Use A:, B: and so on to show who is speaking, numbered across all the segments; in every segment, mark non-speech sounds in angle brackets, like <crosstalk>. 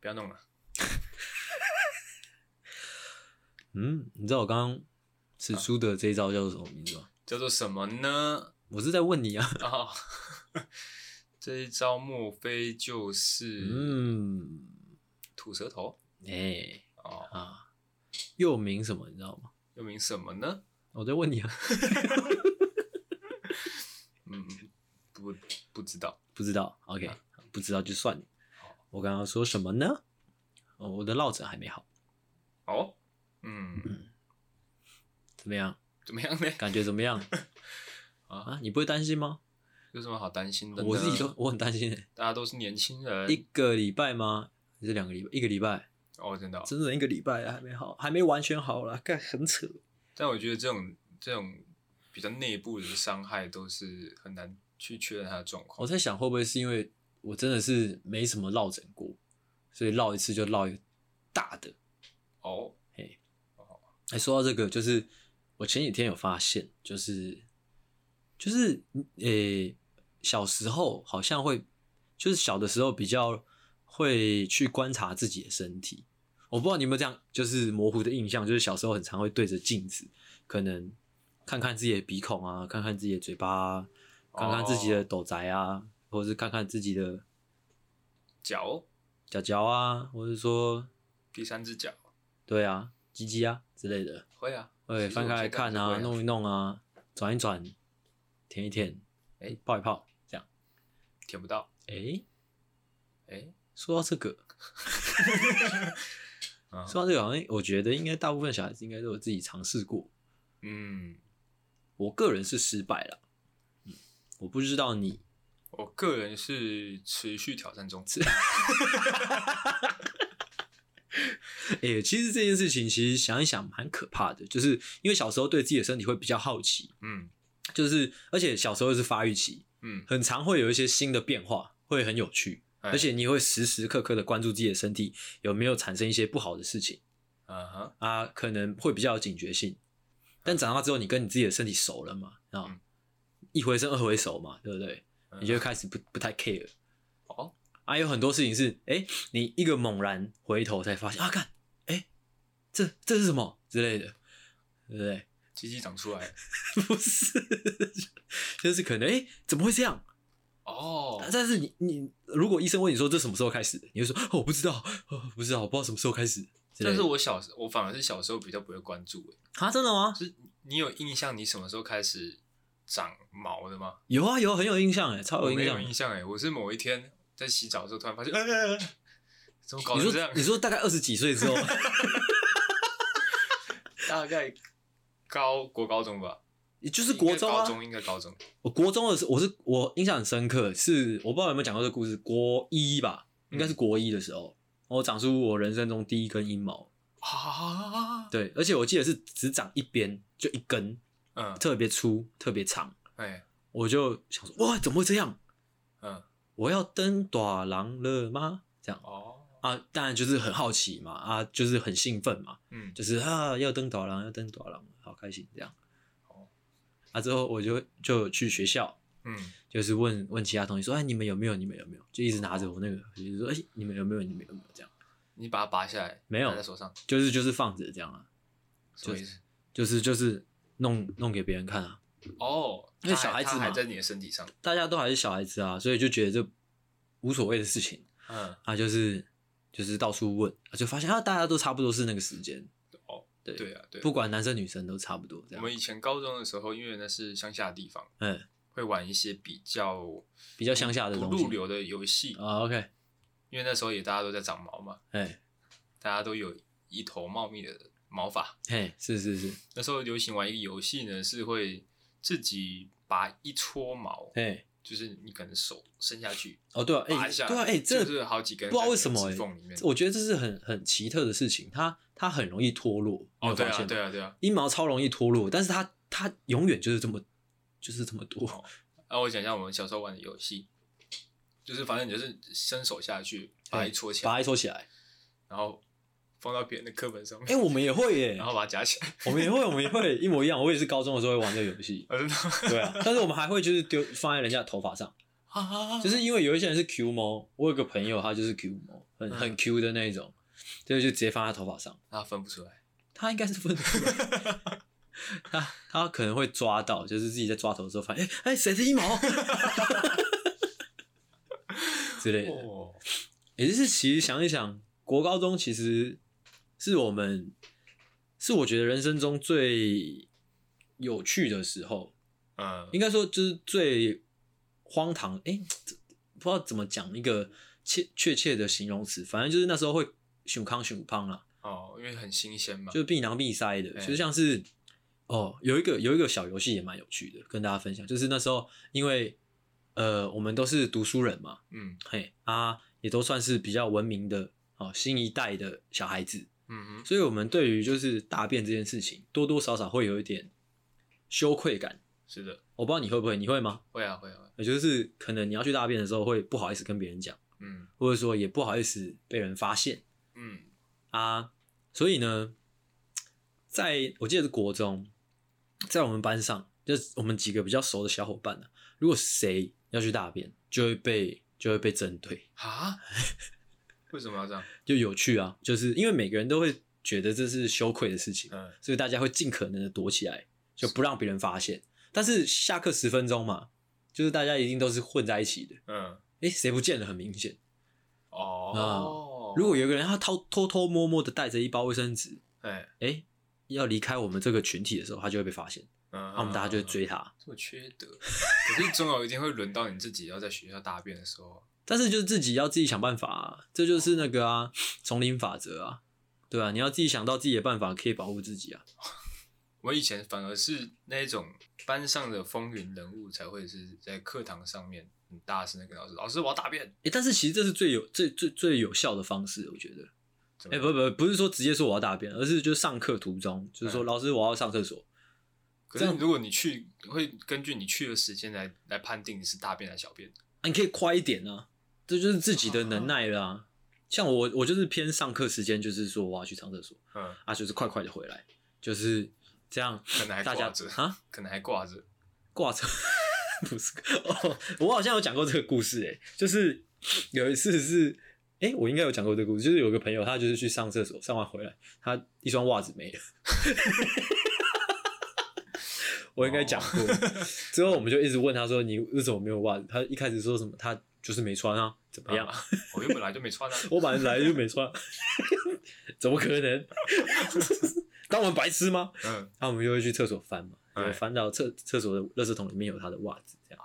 A: 不要弄了。
B: 嗯，你知道我刚刚使出的这一招叫做什么名字吗？
A: 叫做什么呢？
B: 我是在问你啊。
A: 哦， <laughs> 这一招莫非就是
B: 嗯，
A: 吐舌头？
B: 哎、
A: 哦，
B: 啊，又名什么你知道吗？
A: 又名什么呢？
B: 我在问你啊，
A: 嗯，不不知道。
B: 不知道，OK，不知道就算了。我刚刚说什么呢？哦，我的落枕还没好，
A: 哦，嗯，
B: 怎么样？
A: 怎么样呢？
B: 感觉怎么样
A: <laughs> 啊，
B: 啊？你不会担心吗？
A: 有什么好担心的啊呢？
B: 我自己都我很担心、欸，
A: 大家都是年轻人
B: 一个礼拜吗？还是两个礼拜？一个礼拜，
A: 哦，真的哦、
B: 整整一个礼拜啊还没好，还没完全好啦，干很扯。
A: 但我觉得这种这种比较内部的伤害都是很难去确认他的状况。
B: 我在想会不会是因为我真的是没什么落枕过，所以落一次就落一个大的。
A: 哦，
B: 嘿
A: 哦，
B: 哎，说到这个，就是我前几天有发现，就是就是嗯诶、小时候好像会，就是小的时候比较会去观察自己的身体。我不知道你有没有这样，就是模糊的印象，就是小时候很常会对着镜子，可能看看自己的鼻孔啊，看看自己的嘴巴、啊，看看自己的斗宅啊，或者是看看自己的
A: 脚，
B: 脚脚啊，或者说
A: 第三只脚，
B: 对啊，鸡鸡啊之类的。
A: 会啊，
B: 对，
A: 其实
B: 翻
A: 我
B: 开
A: 现
B: 来
A: 在
B: 看
A: 还是会
B: 啊，
A: 啊，
B: 弄一弄啊，转一转，舔一舔，哎、
A: 哎
B: 泡一泡，这样。
A: 舔不到，
B: 哎、
A: 哎、
B: 说到这个，
A: <laughs> 啊
B: 说到这个，好像我觉得应该大部分小孩子应该都有自己尝试过，
A: 嗯，
B: 我个人是失败了。嗯，我不知道你，
A: 我个人是持续挑战中，
B: <laughs> 哎、其实这件事情其实想一想蛮可怕的，就是因为小时候对自己的身体会比较好奇，
A: 嗯
B: 就是而且小时候是发育期，
A: 嗯，
B: 很常会有一些新的变化，会很有趣，
A: 哎
B: 而且你会时时刻刻的关注自己的身体有没有产生一些不好的事情。
A: 啊哈，
B: 啊，可能会比较有警觉性。但长大之后，你跟你自己的身体熟了嘛，啊，
A: 嗯
B: 一回生二回熟嘛，对不对？
A: 嗯
B: 你就会开始不不太 care
A: 哦，
B: 啊。有很多事情是，哎、你一个猛然回头才发现啊，看，哎、这这是什么之类的，对不对？ <laughs>
A: 鸡鸡长出来了，
B: 不是， <laughs> 就是可能，哎、怎么会这样？ <laughs>
A: 哦，
B: 但是你你如果医生问你说这什么时候开始，你就说哦，我不知道，哦，不知道，我不知道什么时候开始。之类
A: 但
B: 的
A: 是我小时我反而是小时候比较不会关注，哎，
B: 啊，真的吗？
A: 就是你有印象你什么时候开始长毛的吗？
B: 有啊有啊，很有印象哎，超
A: 我
B: 有印
A: 没
B: 象
A: 有
B: 的。
A: 印象哎，我是某一天在洗澡的时候突然发现，哎哎哎哎怎么搞
B: 你
A: 成
B: 说
A: 这样？
B: 你说大概二十几岁之后， <laughs>
A: 大概高国高中吧，
B: 就是国中
A: 应该
B: 啊
A: 高。中应该高中，
B: 我国中的时候，我是我印象很深刻，是我不知道有没有讲过这个故事，国一吧， <laughs> 应该是国一的时候，我长出我人生中第一根阴毛。
A: 啊，
B: 对，而且我记得是只长一边，就一根，
A: 嗯， <laughs>
B: 特别粗，特别长。
A: 哎，
B: 我就想说，哇，怎么会这样？
A: 嗯，
B: 我要登短廊了吗？这样
A: 哦，
B: 啊，当然就是很好奇嘛，啊，就是很兴奋嘛。
A: 嗯，
B: 就是啊，要登短廊，要登短廊，好开心这样
A: 哦。
B: 啊，之后我就就去学校，
A: 嗯，
B: 就是问问其他同学说，哎，你们有没有？你们有没有？就一直拿着我那个，就是说，哎，你们有没有？你们有没有？这样，
A: 你把它拔下来，
B: 没有
A: 拿在手上，
B: 就是就是放着这样啊，
A: 什么意思？
B: 就是就是弄弄给别人看啊。
A: 哦，
B: 因为
A: 它还
B: 小孩子
A: 它
B: 嘛
A: 还在你的身体上，
B: 大家都还是小孩子啊，所以就觉得这无所谓的事情
A: 嗯，
B: 啊，就是就是到处问，啊、就发现啊，大家都差不多是那个时间，
A: 哦，
B: 对
A: 对啊，对啊，
B: 不管男生女生都差不多这
A: 我
B: 样。
A: 们以前高中的时候，因为那是乡下地方，
B: 嗯，
A: 会玩一些比较
B: 比较乡下的
A: 不
B: 东
A: 入
B: 西
A: 流的游戏，
B: 啊。OK，
A: 因为那时候也大家都在长毛嘛，
B: 哎
A: 大家都有一头茂密的毛发，
B: 嘿，是是是，
A: 那时候流行玩一个游戏呢，是会自己拔一撮毛，
B: 哎。
A: 就是你可能手伸下去
B: 哦，对啊，哎、
A: 拔一下，
B: 对啊，哎、这
A: 就是好几根，
B: 不知道为什么、
A: 指
B: 哎，
A: 缝里面。
B: 我觉得这是很很奇特的事情，它它很容易脱落，你
A: 哦，
B: 有
A: 对
B: 发
A: 啊，
B: 现吗？
A: 对啊，对啊。
B: 阴毛超容易脱落，但是它它永远就是这么就是这么多，
A: 啊，我讲一下我们小时候玩的游戏，就是反正你就是伸手下去把一撮起
B: 把
A: 来，
B: 它收起来。
A: 然后放到别人的课本上
B: 哎、
A: 面，
B: 我们也会耶
A: 然，后把它夹起来。
B: 我们也会，我们也会一模 <laughs> 一样。我也是高中的时候会玩这个游戏，
A: 啊，真的吗
B: 对啊，但是我们还会就是丢放在人家的头发上，
A: 啊，
B: 就是因为有一些人是 Q 毛，我有个朋友他就是 Q 毛，很很 Q 的那一种，对，就直接放在头发上，
A: 他分不出来，
B: 他应该是分不出来，他他可能会抓到，就是自己在抓头的时候发现，哎、哎，谁的一毛之类的。
A: 哦，
B: 也就是其实想一想，国高中其实是我们是我觉得人生中最有趣的时候，
A: 嗯，
B: 应该说就是最荒唐，哎、这不知道怎么讲一个确确切的形容词，反正就是那时候会熊康熊胖啊啦，
A: 哦，因为很新鲜嘛，
B: 就是避囊避塞的，
A: 哎
B: 就像是哦，有一个有一个小游戏也蛮有趣的，跟大家分享，就是那时候因为呃我们都是读书人嘛，
A: 嗯
B: 嘿啊也都算是比较文明的哦新一代的小孩子，
A: 嗯哼，
B: 所以我们对于就是大便这件事情多多少少会有一点羞愧感，
A: 是的，
B: 我不知道你会不会，你会吗？
A: 会啊会啊，会啊
B: 也就是可能你要去大便的时候会不好意思跟别人讲，
A: 嗯
B: 或者说也不好意思被人发现
A: 嗯
B: 啊。所以呢，在我记得是国中，在我们班上，就是我们几个比较熟的小伙伴呢、如果谁要去大便，就会被就会被针对，
A: 啊， <laughs> 为什么要这样？
B: 就有趣啊，就是因为每个人都会觉得这是羞愧的事情，啊
A: 嗯
B: 所以大家会尽可能的躲起来，就不让别人发现。但是下课十分钟嘛，就是大家一定都是混在一起的，
A: 嗯，
B: 诶，谁不见了很明显。
A: 哦，
B: 啊如果有一个人他偷偷偷摸摸的带着一包卫生纸，
A: 哎，
B: 哎、要离开我们这个群体的时候，他就会被发现，
A: 嗯，
B: 那我们大家就会
A: 嗯
B: 追他。
A: 这么缺德， <laughs> 可是总有一天会轮到你自己要在学校大便的时候。啊
B: 但是就是自己要自己想办法、啊，这就是那个啊，丛林法则啊，对啊，你要自己想到自己的办法，可以保护自己啊。
A: 我以前反而是那一种班上的风云人物，才会是在课堂上面很大声的跟老师：“老师，我要大便。
B: 哎、但是其实这是最有最最最有效的方式，我觉得。
A: 怎么
B: 哎、
A: 样
B: 不不不是说直接说我要大便，而是就是上课途中，就是说
A: 嗯
B: 老师我要上厕所，
A: 可是如果你去，会根据你去的时间来来判定你是大便还是小便。
B: 啊，你可以快一点啊，这就是自己的能耐啦、像我我就是偏上课时间，就是说我要去上厕所。
A: 嗯，
B: 啊，就是快快的回来，就是这样。
A: 可能还
B: 大家
A: 挂着
B: 啊，
A: 可能还挂着。
B: 挂着不是哦，我好像有讲过这个故事诶、欸就是有一次是诶、我应该有讲过这个故事，就是有个朋友他就是去上厕所，上完回来，他一双袜子没了。我应该讲过，
A: 哦
B: 之后我们就一直问他说你为什么没有袜子？他一开始说什么他就是没穿啊，怎么样？
A: 啊我原本来就
B: <laughs>
A: 没穿啊。
B: 我本来就没穿， <laughs> 怎么可能？当我们白痴吗？
A: 嗯，
B: 那、我们就会去厕所翻嘛，
A: 哎
B: 有翻到厕厕所的垃圾桶里面有他的袜子，这样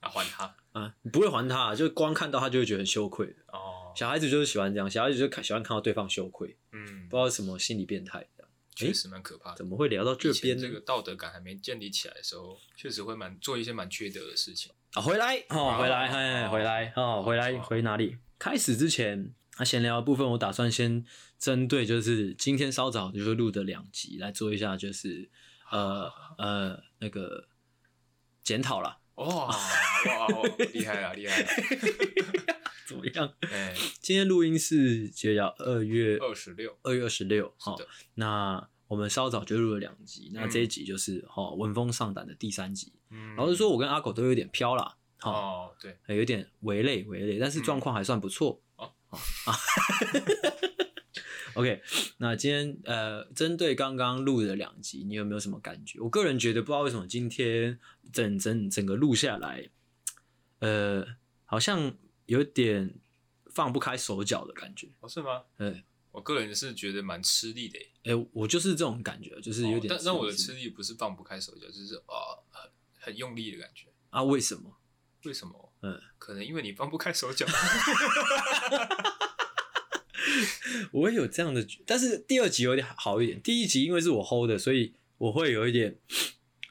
A: 那还他。
B: 啊，你不会还他、就光看到他就会觉得很羞愧。
A: 哦，
B: 小孩子就是喜欢这样，小孩子就看喜欢看到对方羞愧，
A: 嗯
B: 不知，道什么心理变态这样。
A: 确实蛮可怕的。
B: 怎么会聊到这
A: 以前
B: 边呢？
A: 这个道德感还没建立起来的时候，确实会蛮做一些蛮缺德的事情。
B: 啊，回来哦，回来，
A: 哦
B: 哎，回来哦，回来，
A: 哦
B: 回哪里？开始之前，啊，闲聊的部分，我打算先针对就是今天稍早就会录的两集来做一下，就是呃呃那个检讨啦，
A: 哇 <laughs> 哇，哇厉害了，厉害了！
B: <laughs> 怎么样？ <laughs>
A: 哎，
B: 今天录音是就要二月
A: 二十六，
B: 二月二十六
A: 是
B: 号
A: 的，
B: 那我们稍早就录了两集，那
A: 嗯
B: 这一集就是哈、哦、闻风丧胆的第三集。
A: 嗯
B: 老实说，，啊我跟阿狗都有点飘啦，哈、
A: 哦，嗯对，
B: 有点微累微累，但是状况还算不错。
A: 嗯
B: 哦 <laughs> 啊 OK，那今天呃，针对刚刚录的两集，你有没有什么感觉？我个人觉得，不知道为什么今天整整整个录下来，呃，好像有点放不开手脚的感觉。呃
A: 哦，是吗？
B: 对，
A: 我个人是觉得蛮吃力的耶，欸
B: 哎、我就是这种感觉，就是有
A: 哦
B: 点、
A: 但但我的吃力不是放不开手脚，就是啊、很很用力的感觉。
B: 啊？为什么？
A: 为什么？
B: 嗯，
A: 可能因为你放不开手脚。
B: 我也有这样的，但是第二集有点好一点。第一集因为是我 hold 的，所以我会有一点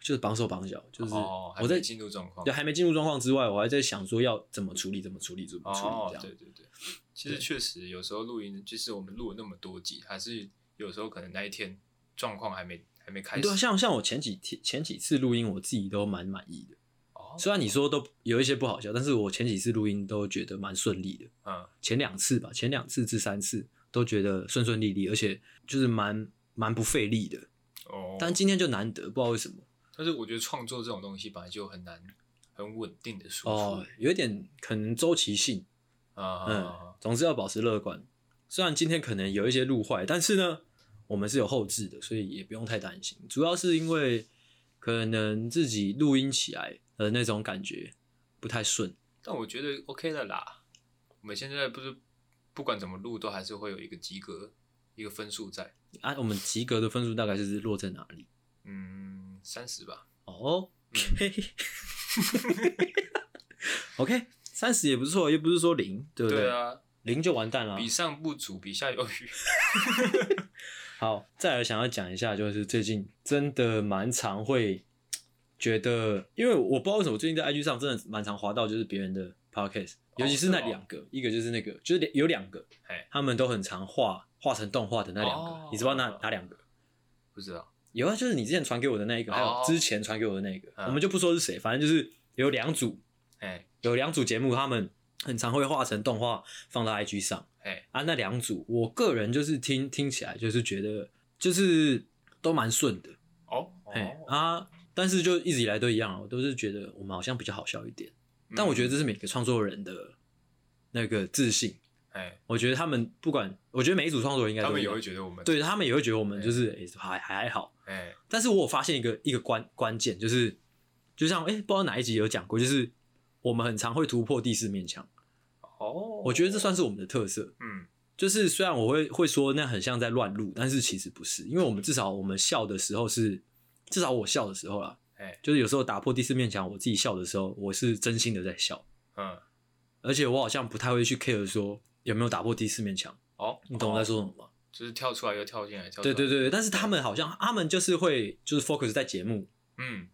B: 就是绑手绑脚，就是
A: 哦，还
B: 我在
A: 没进入状况
B: 对。还没进入状况之外，我还在想说要怎么处理，怎么处理，怎么处理
A: 哦
B: 这，样。
A: 对对对，其实确实有时候录音，就是我们录了那么多集，还是有时候可能那一天状况还没还没开始。
B: 对啊，像像我前几天前几次录音，我自己都蛮满意的。
A: 哦，
B: 虽然你说都有一些不好笑，但是我前几次录音都觉得蛮顺利的。
A: 嗯
B: 前两次吧，前两次至三次都觉得顺顺利利，而且就是蛮蛮不费力的。
A: 哦，
B: 但今天就难得，不知道为什么。
A: 但是我觉得创作这种东西本来就很难很稳定的输出。
B: 哦，有一点可能周期性，
A: 啊，
B: 嗯
A: 嗯，，
B: 总是要保持乐观。虽然今天可能有一些路坏，但是呢，我们是有后置的，所以也不用太担心。主要是因为可能自己录音起来的那种感觉不太顺，
A: 但我觉得 OK 的啦。我们现在不是不管怎么录，都还是会有一个及格一个分数在，
B: 啊，我们及格的分数大概是落在哪里？
A: 嗯，三十吧。
B: 哦，OK，OK，三十也不错，又不是说零，对不
A: 对啊，
B: 零就完蛋了。
A: 比上不足，比下有余。 <laughs>
B: 好，再来想要讲一下，就是最近真的蛮常会觉得，因为我不知道为什么我最近在 IG 上真的蛮常滑到就是别人的 podcast，尤其是那
A: 是哦
B: 两个，一个就是那个就是两有两个
A: 嘿，
B: 他们都很常画画成动画的那两个，
A: 哦
B: 你知不知道
A: 哦
B: 哪
A: 哦
B: 哪两个？
A: 不知道，
B: 有啊，就是你之前传给我的那一个，还有
A: 哦
B: 之前传给我的那一个，
A: 嗯
B: 我们就不说是谁，反正就是有两组
A: 哎
B: 有两组节目，他们很常会画成动画放到 IG 上。
A: 哎，
B: 啊，那两组，我个人就是听听起来就是觉得就是都蛮顺的，
A: 哦，
B: 哎、
A: 哦，
B: 啊，但是就一直以来都一样啊，我都是觉得我们好像比较好笑一点，
A: 嗯
B: 但我觉得这是每个创作人的那个自信，
A: 嗯，哎，
B: 我觉得他们不管，我觉得每一组创作人应该
A: 他
B: 都
A: 们
B: 一
A: 也
B: 样
A: 会觉得我们，
B: 对他们也会觉得我们就是哎、还还好，
A: 哎，
B: 但是我有发现一个一个关关键就是，就像哎、不知道哪一集有讲过，就是我们很常会突破第四面墙，
A: 哦，
B: 我觉得这，算是我们的特色。
A: 嗯，
B: 就是虽然我会会说那很像在乱录，但是其实不是，因为我们至少我们笑的时候是，至少我笑的时候啦，
A: 哎，
B: 就是有时候打破第四面墙，我自己笑的时候，我是真心的在笑，
A: 嗯，
B: 而且我好像不太会去 care 说有没有打破第四面墙，
A: 哦，
B: 你懂我在说什么吗？
A: 就是跳出来又跳进来，跳出
B: 对
A: 来
B: 对，对，对但是他们好像他们就是会就是 focus 在节目
A: 嗯，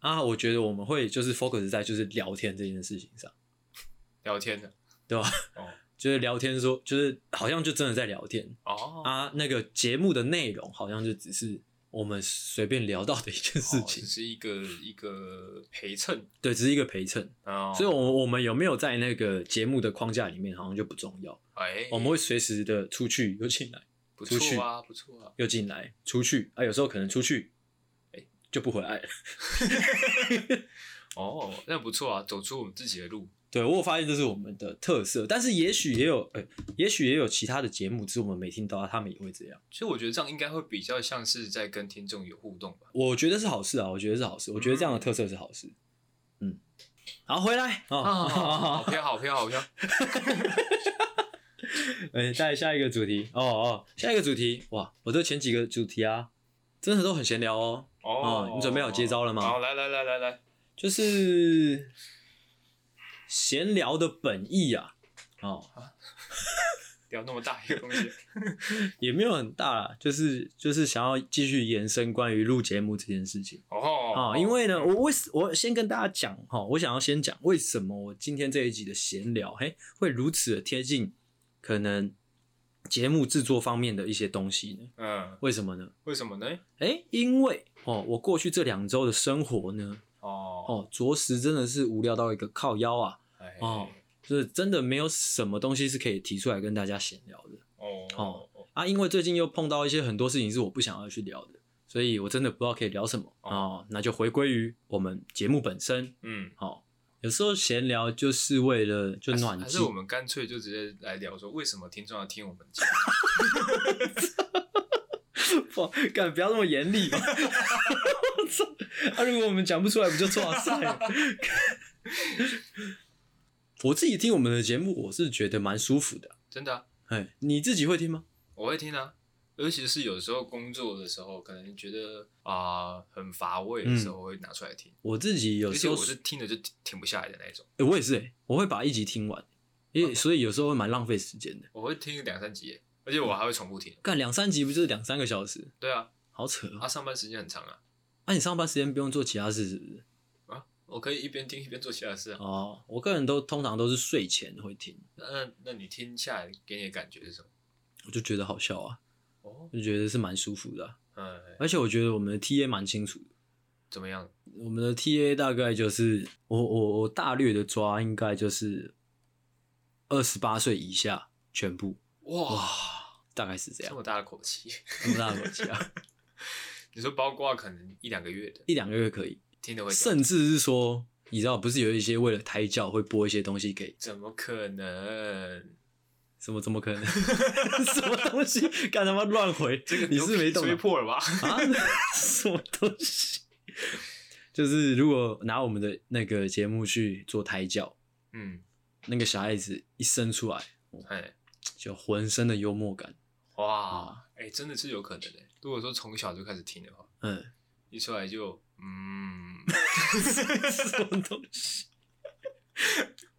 B: 啊，我觉得我们会就是 focus 在就是聊天这件事情上，
A: 聊天的，
B: 对吧？
A: 哦
B: 就是聊天说，就是好像就真的在聊天，
A: 哦，
B: 啊，那个节目的内容好像就只是我们随便聊到的一件事
A: 哦
B: 情
A: 只，是一个一个陪衬，
B: 对，只是一个陪衬。
A: 哦
B: 所以，我我们有没有在那个节目的框架里面，好像就不重要。
A: 哎，
B: 我们会随时的出去又进来，
A: 不
B: 出去
A: 错啊，不错啊，
B: 又进来，出去啊，有时候可能出去，哎、就不回来了。 <laughs>
A: 哦，那不错啊，走出我们自己的路，
B: 对我有发现这是我们的特色，但是也许也有，呃，也许也有其他的节目，只是我们没听到，他们也会这样。
A: 所以我觉得这样应该会比较像是在跟听众有互动吧。
B: 我觉得是好事啊，我觉得是好事，我觉得这样的特色是好事。嗯，好，回来哦
A: 啊，好飘，好飘，好飘！
B: 哎，再下一个主题哦哦，下一个主题哇，我这前几个主题啊，真的都很闲聊哦。<laughs>
A: 哦
B: 哦，你准备好接招了吗
A: 好，来来来来来，
B: 就是闲聊的本意啊，哦，
A: 不要那么大一个东西。
B: 也没有很大啦，就是就是想要继续延伸关于录节目这件事情 <laughs>
A: 哦
B: 啊、因为呢，我为什我先跟大家讲哈、哦，我想要先讲为什么我今天这一集的闲聊嘿会如此的贴近可能节目制作方面的一些东西呢？
A: 嗯，
B: 为什么呢？
A: 为什么呢？
B: 哎，因为哦，我过去这两周的生活呢，
A: 哦
B: 哦，着实真的是无聊到一个靠腰啊，
A: 哎
B: 哦就是真的没有什么东西是可以提出来跟大家闲聊的
A: 哦
B: 哦啊。因为最近又碰到一些很多事情是我不想要去聊的，所以我真的不知道可以聊什么
A: 哦
B: 哦。那就回归于我们节目本身
A: 嗯，
B: 哦。有时候闲聊就是为了就暖
A: 还
B: 机
A: 是，我们干脆就直接来聊说，为什么听众要听我们节目？ <laughs>
B: 哇干不要那么严厉嘛。啊，如果我们讲不出来，不就错赛了？我自己听我们的节目，我是觉得蛮舒服的。
A: 真的啊，
B: 哎，你自己会听吗？
A: 我会听啊。尤其是有时候工作的时候，可能觉得啊、很乏味的时
B: 嗯
A: 候，我会拿出来听。
B: 我自己有
A: 而
B: 时
A: 且
B: 候
A: 我是听了就停停不下来的那一种，
B: 哎我也是哎、我会把一集听完，因为
A: 嗯
B: 所以有时候会蛮浪费时间的。
A: 我会听两三集耶，而且我还会重复听。
B: 干两三集不就是两三个小时，
A: 对啊，
B: 好扯哦
A: 啊，上班时间很长啊，
B: 那、你上班时间不用做其他事是不是？
A: 啊，我可以一边听一边做其他事啊。
B: 哦，我个人都通常都是睡前会听，
A: 那那你听下来给你的感觉是什么？
B: 我就觉得好笑啊，
A: 哦，
B: 我就觉得是蛮舒服的啊、
A: 嗯，
B: 而且我觉得我们的 T A 蛮清楚的，
A: 怎么样？
B: 我们的 T A 大概就是我我我大略的抓，应该就是二十八岁以下全部，
A: 哇，
B: 大概是这
A: 这
B: 样，
A: 么大的口气， <laughs>
B: 这么大的逻辑啊，
A: 你说包括可能一两个月的
B: 一两个月可以，
A: 听的会掉，
B: 甚至是说你知道，不是有一些为了胎教会播一些东西给
A: 怎么可能？
B: 什么？怎么可能？ <laughs> 什么东西？干他妈乱回！
A: 这个
B: 你是没懂
A: 吹
B: 啊
A: 破了吧？ <laughs>
B: 啊？ <laughs> 什么东西？就是如果拿我们的那个节目去做胎教，
A: 嗯，
B: 那个小孩子一生出来
A: 哎，
B: 就浑身的幽默感，
A: 哇，哎、真的是有可能的、如果说从小就开始听的话，
B: 嗯，
A: 一出来就嗯，
B: 什么东西？ <laughs>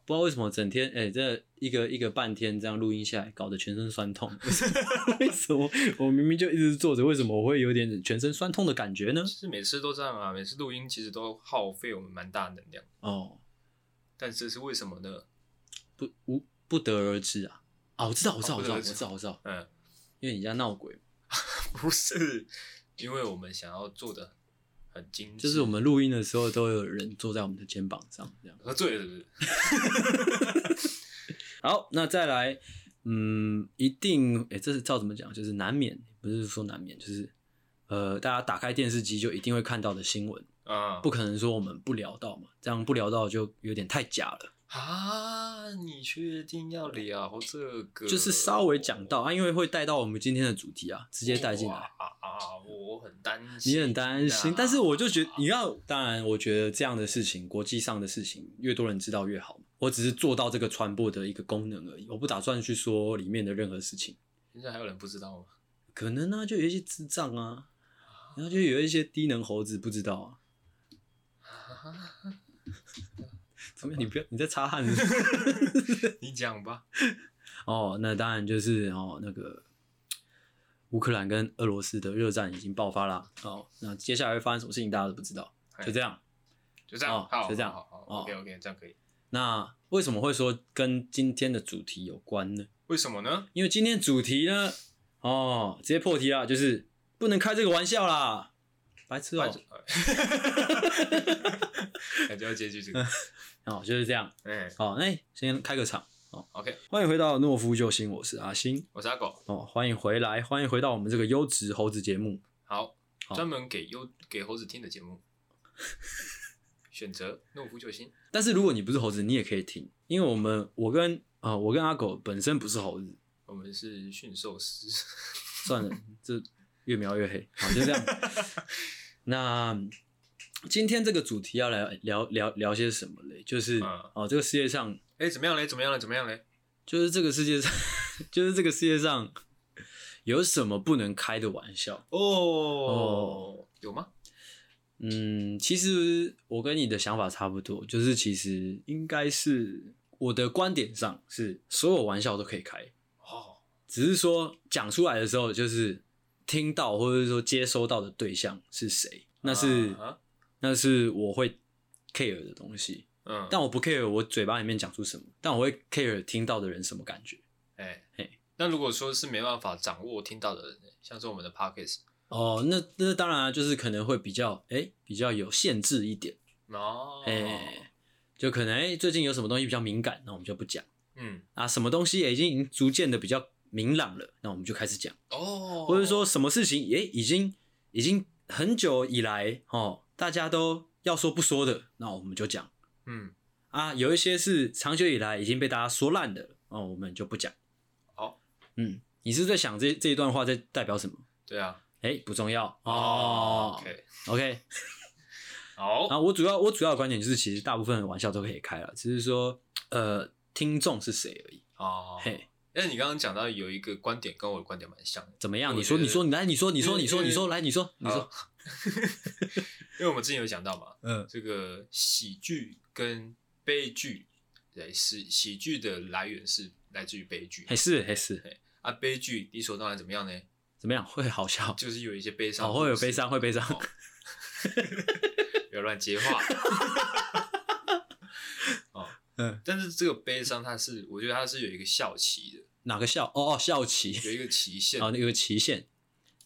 B: 不知道为什么整天哎、这一个一个半天这样录音下来，搞得全身酸痛。 <laughs> 为什么我明明就一直坐着，为什么我会有点全身酸痛的感觉呢？
A: 其实每次都这样啊，每次录音其实都耗费我们蛮大的能量，
B: 哦，
A: 但这是为什么呢？
B: 不无不得而知啊。啊，我知道，我知道，
A: 哦
B: 我
A: 不
B: 知
A: 得
B: 道，
A: 而
B: 我
A: 知
B: 知道，我知道，
A: 嗯，
B: 因为你家闹鬼，
A: 不是，因为我们想要做的很精致，
B: 就是我们录音的时候都有人坐在我们的肩膀上，这样。
A: 喝醉了是不是？
B: 好，那再来，嗯，一定，哎、这是照怎么讲？就是难免，不是说难免，就是呃，大家打开电视机就一定会看到的新闻，
A: 啊、
B: 不可能说我们不聊到嘛，这样不聊到就有点太假了。
A: 啊，你确定要聊这个？
B: 就是稍微讲到啊，因为会带到我们今天的主题啊，直
A: 直
B: 接带进来。
A: 啊啊！我很担心，啊
B: 你很担心，啊但是我就觉得你要，当然，我觉得这样的事情，国际上的事情，越多人知道越好。我只是做到这个传播的一个功能而已，我不打算去说里面的任何事情。
A: 现在还有人不知道吗？ <laughs>
B: 可能呢、就有一些智障啊，然后就有一些低能猴子不知道啊。怎么样？你不要你在擦汗是不是
A: 你讲吧。
B: 哦，那当然就是哦，那个乌克兰跟俄罗斯的热战已经爆发啦。哦，那接下来会发生什么事情，大家都不知道，就这样。
A: 就这样，
B: 哦
A: 好，
B: 就这样
A: 好好
B: 哦
A: o k OK，这样可以。
B: 那为什么会说跟今天的主题有关呢？
A: 为什么呢？
B: 因为今天主题呢，哦，直接破题啦，就是不能开这个玩笑啦，白痴哦、
A: 反正啊 <laughs> 感觉要接句这个。
B: 哦，就是这样。
A: 哎
B: 哦，那、先开个场。
A: ，OK，
B: 欢迎回到懦夫救星，我是阿星。
A: 我是阿狗。
B: 哦，欢迎回来，欢迎回到我们这个优质猴子节目。
A: 好，
B: 好
A: 专门给优给猴子听的节目。 <laughs> 选择懦夫救星，
B: 但是如果你不是猴子，你也可以听，因为我们我跟啊、我跟阿狗本身不是猴子。
A: 我们是驯兽 <laughs> 师。
B: 算了，这越描越黑。好，就这样。那今天这个主题要来聊聊聊些什么嘞？就是
A: 嗯
B: 哦，这个世界上，
A: 哎，怎么样嘞？怎么样嘞？怎么样嘞？
B: 就是这个世界上， <laughs> 就是这个世界上有什么不能开的玩笑？
A: 哦，有吗？
B: 嗯，其实我跟你的想法差不多，就是其实应该是我的观点上是所有玩笑都可以开，
A: 哦，
B: 只是说讲出来的时候，就是听到或者是说接收到的对象是谁，那是、
A: 啊
B: 那是我会 care 的东西，
A: 嗯，
B: 但我不 care 我嘴巴里面讲出什么，但我会 care 听到的人什么感觉。
A: 哎
B: 嘿，
A: 那如果说是没办法掌握听到的人呢，像是我们的 podcast
B: 哦，那那当然啊就是可能会比较哎、比较有限制一点，
A: 哦，
B: 哎、就可能哎、最近有什么东西比较敏感，那我们就不讲。
A: 嗯，
B: 啊，什么东西也已经逐渐的比较明朗了，那我们就开始讲，
A: 哦，
B: 或者说什么事情也已经已经很久以来哦，大家都要说不说的，那我们就讲
A: 嗯，
B: 啊，有一些是长久以来已经被大家说烂的哦，我们就不讲。
A: 好，
B: 嗯，你是不是在想这这一段话在代表什么？
A: 对啊，
B: 哎，不重要
A: 哦
B: 哦。
A: ，OK，
B: OK，
A: 好，
B: 啊，我主要我主要的观点就是，其实大部分的玩笑都可以开了，只是说呃，听众是谁而已。
A: 哦，
B: 嘿，
A: 那你刚刚讲到有一个观点跟我的观点蛮像的，
B: 怎么样？
A: 我
B: 你说，
A: 觉得呃
B: 你说，你来，你说，你说，
A: 因为
B: 你说，
A: 因为
B: 你说，来，你说，你说
A: 好，啊 <laughs> 因为我们之前有讲到嘛，
B: 嗯，
A: 这个喜剧跟悲剧，对，是喜剧的来源是来自于悲剧
B: 还，是还是
A: 啊，悲剧理所当然怎么样呢？
B: 怎么样？会好笑，
A: 就是有一些悲
B: 哦，
A: 伤的故事，
B: 会有悲伤，会悲伤。
A: 哦 <laughs> 不要乱接
B: <laughs>
A: 话。哦，
B: 嗯，
A: 但是这个悲伤，它是我觉得它是有一个效期的，
B: 哪个笑？哦哦，笑期
A: 有一个期限。
B: 啊，那有个期限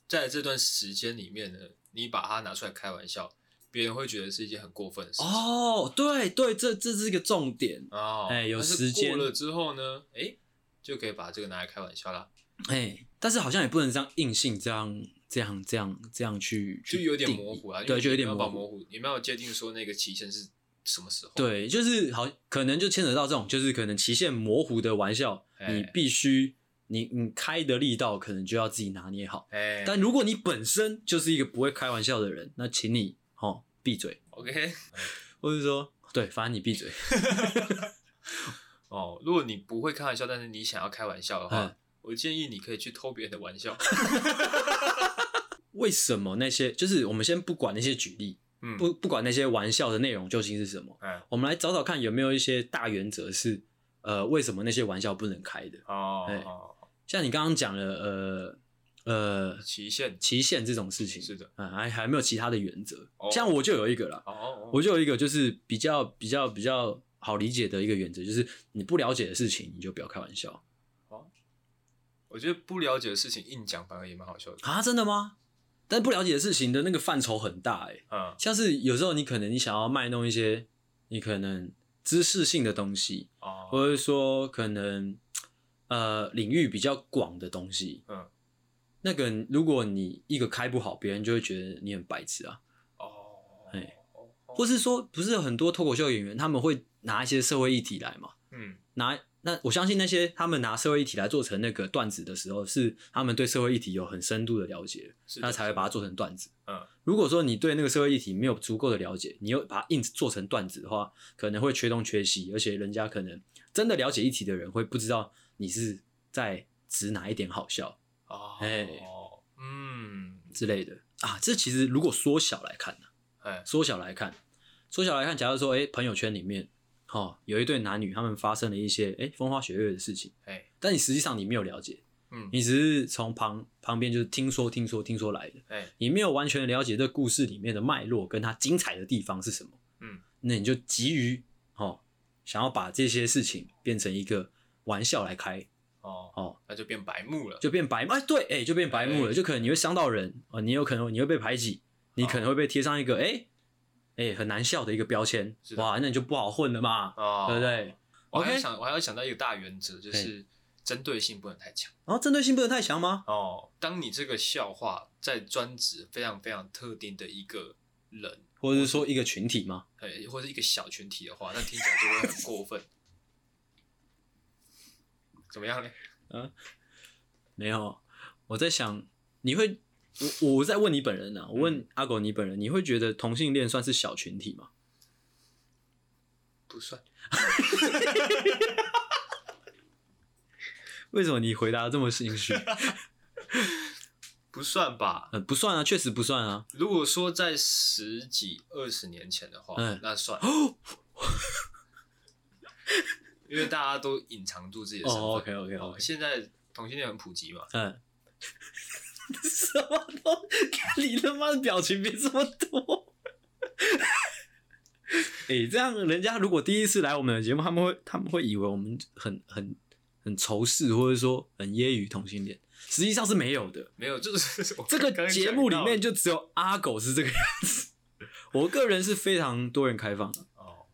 A: 在这段时间里面呢，你把它拿出来开玩笑，别人会觉得是一件很过分的事情。
B: 哦，对对，这这是一个重点。
A: 哦，
B: 哎有
A: 但是
B: 时间
A: 过了之后呢，哎、就可以把这个拿来开玩笑啦，
B: 哎，但是好像也不能这样硬性这样这样这样这样去，
A: 就
B: 去
A: 有点
B: 定义
A: 模糊啊。因为
B: 对，就有点
A: 你没有
B: 模
A: 把模糊，你没有界定说那个期限是什么时候？，
B: 对，就是好，可能就牵扯到这种，就是可能期限模糊的玩笑，
A: 哎
B: 你必须你你开的力道可能就要自己拿捏好。
A: 哎、
B: 但如果你本身就是一个不会开玩笑的人，那请你哦闭嘴，
A: o k
B: 或者说对，反正你闭嘴。
A: <laughs> 哦，如果你不会开玩笑，但是你想要开玩笑的话，
B: 嗯
A: 我建议你可以去偷别人的
B: <laughs>
A: 玩笑。
B: 为什么那些就是我们先不管那些举例，
A: 嗯，
B: 不不管那些玩笑的内容究竟是什么，
A: 哎，
B: 我们来找找看有没有一些大原则是呃为什么那些玩笑不能开的。
A: 哦
B: 哎
A: 哦，
B: 像你刚刚讲了呃呃
A: 期限
B: 期限这种事情，
A: 是的，
B: 啊，还还没有其他的原则。
A: 哦
B: 像我就有一个啦，
A: 哦哦，
B: 我就有一个就是比较比较比较好理解的一个原则，就是你不了解的事情你就不要开玩笑
A: 我觉得不了解的事情硬讲反而也蛮好笑的。
B: 啊，真的吗？但不了解的事情的那个范畴很大哎、
A: 嗯，
B: 像是有时候你可能你想要卖弄一些你可能知识性的东西，
A: 哦，
B: 或者说可能呃领域比较广的东西，
A: 嗯，
B: 那个如果你一个开不好，别人就会觉得你很白痴啊。
A: 哦，
B: 哎
A: 哦，
B: 或是说，不是有很多脱口秀演员他们会拿一些社会议题来嘛？
A: 嗯，
B: 拿那我相信那些他们拿社会议题来做成那个段子的时候，是他们对社会议题有很深度的了解，
A: 是的
B: 那才会把它做成段子。
A: 嗯，
B: 如果说你对那个社会议题没有足够的了解，你又把它硬做成段子的话，可能会缺东缺西，而且人家可能真的了解议题的人会不知道你是在指哪一点好笑
A: 哦，
B: 哎
A: 嗯，
B: 之类的啊。这其实如果缩小来看呢、
A: 哎，
B: 缩小来看，缩小来看，假如说，哎、朋友圈里面，哦，有一对男女，他们发生了一些，哎、风花雪月的事情，
A: 哎，
B: 但你实际上你没有了解，
A: 嗯，
B: 你只是从旁旁边就是听说、听说、听说来的，
A: 哎，
B: 你没有完全了解这故事里面的脉络跟它精彩的地方是什么，
A: 嗯，
B: 那你就急于，哦，想要把这些事情变成一个玩笑来开，
A: 哦，
B: 哦，
A: 那就变白目了。
B: 就变白目，哎，对，哎，就变白目了，
A: 哎哦
B: 就可能你会伤到人啊、哦你有可能你会被排挤，你可能会被贴上一个哎哎很难笑的一个标签
A: 是，的
B: 哇，那你就不好混了嘛，
A: 哦，
B: 对不对？
A: 我还要
B: OK
A: 想，我还要想到一个大原则，就是针对性不能太强。
B: 然后针对性不能太强吗？
A: 哦，当你这个笑话在专指非常非常特定的一个人，
B: 或者是说一个群体吗？
A: 呃，或者一个小群体的话，那听起来就会很过分。怎么样呢？
B: 没有，我在想，你会我我在问你本人呢、啊，我问阿狗你本人，你会觉得同性恋算是小群体吗？
A: 不算，
B: 为什么你回答得这么心虚？
A: 不算吧？
B: 嗯，不算啊，确实不算啊。
A: 如果说在十几、二十年前的话，
B: 嗯
A: 那算。 <laughs> 因为大家都隐藏住自己的身份。
B: 哦，OK OK OK，
A: 现在同性恋很普及嘛，
B: 嗯。 <laughs> 什么都，你他妈的表情别这么多。哎、这样人家如果第一次来我们的节目，他们会他们会以为我们很很很仇视，或者说很揶揄同性恋，实际上是没有的。
A: 没有，就是 <laughs> 我
B: 这个
A: 刚刚
B: 节目里
A: 讲到
B: 面就只有阿狗是这个样子。我个人是非常多元开放的，
A: 哦，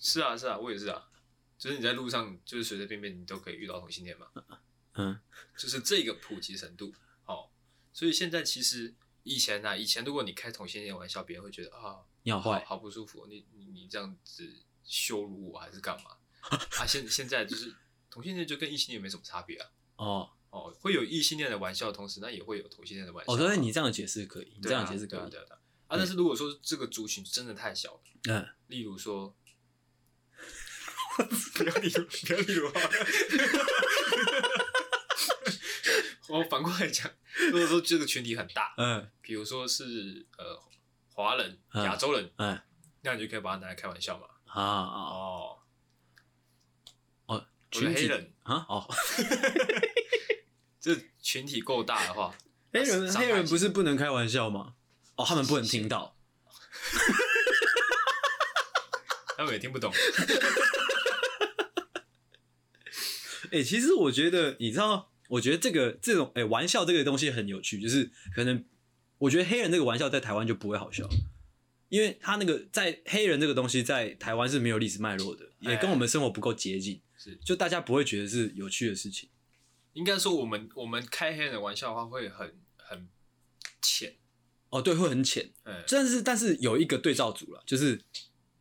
A: 是啊，是啊，我也是啊。就是你在路上，就是随随便便你都可以遇到同性恋嘛，
B: 嗯，
A: 就是这个普及程度。哦，所以现在其实以前啊，以前如果你开同性恋玩笑，别人会觉得啊，
B: 你好
A: 好
B: 坏，
A: 好不舒服，你你你这样子羞辱我还是干嘛？ <laughs> 啊，现现在就是同性恋就跟异性恋没什么差别啊。
B: 哦
A: 哦，会有异性恋的玩笑的同时，那也会有同性恋的玩笑啊。
B: 哦，所以你这样解释可以，你这
A: 对啊
B: 样解释可
A: 对啊
B: 以，
A: 对啊对啊啊，但是如果说这个族群真的太小了。
B: 嗯，
A: 例如说， <laughs> 不要例如，不要例如啊。 <laughs> 我反过来讲，如果说这个群体很大，
B: 嗯
A: 比如说是呃华人、
B: 嗯
A: 亚洲人，
B: 嗯
A: 那你就可以把它拿来开玩笑嘛。
B: 啊啊
A: 哦，
B: 哦，
A: 我的
B: 群体
A: 黑人
B: 啊，
A: <laughs>
B: 哦，
A: 这群体够大的话，
B: 黑人
A: 伤害
B: 黑人
A: 性
B: 不是不能开玩笑吗？哦，他们不能听到，
A: 他们也听不 <laughs> 懂。
B: 哎、其实我觉得，你知道，我觉得这个这种哎、玩笑这个东西很有趣，就是可能我觉得黑人这个玩笑在台湾就不会好笑，因为他那个在黑人这个东西在台湾是没有历史脉络的，也跟我们生活不够接近，
A: 是
B: 就大家不会觉得是有趣的事情。
A: 应该说，我们我们开黑人的玩笑的话，会很很浅。
B: 哦，对，会很浅，
A: 嗯，
B: 但是但是有一个对照组了，就是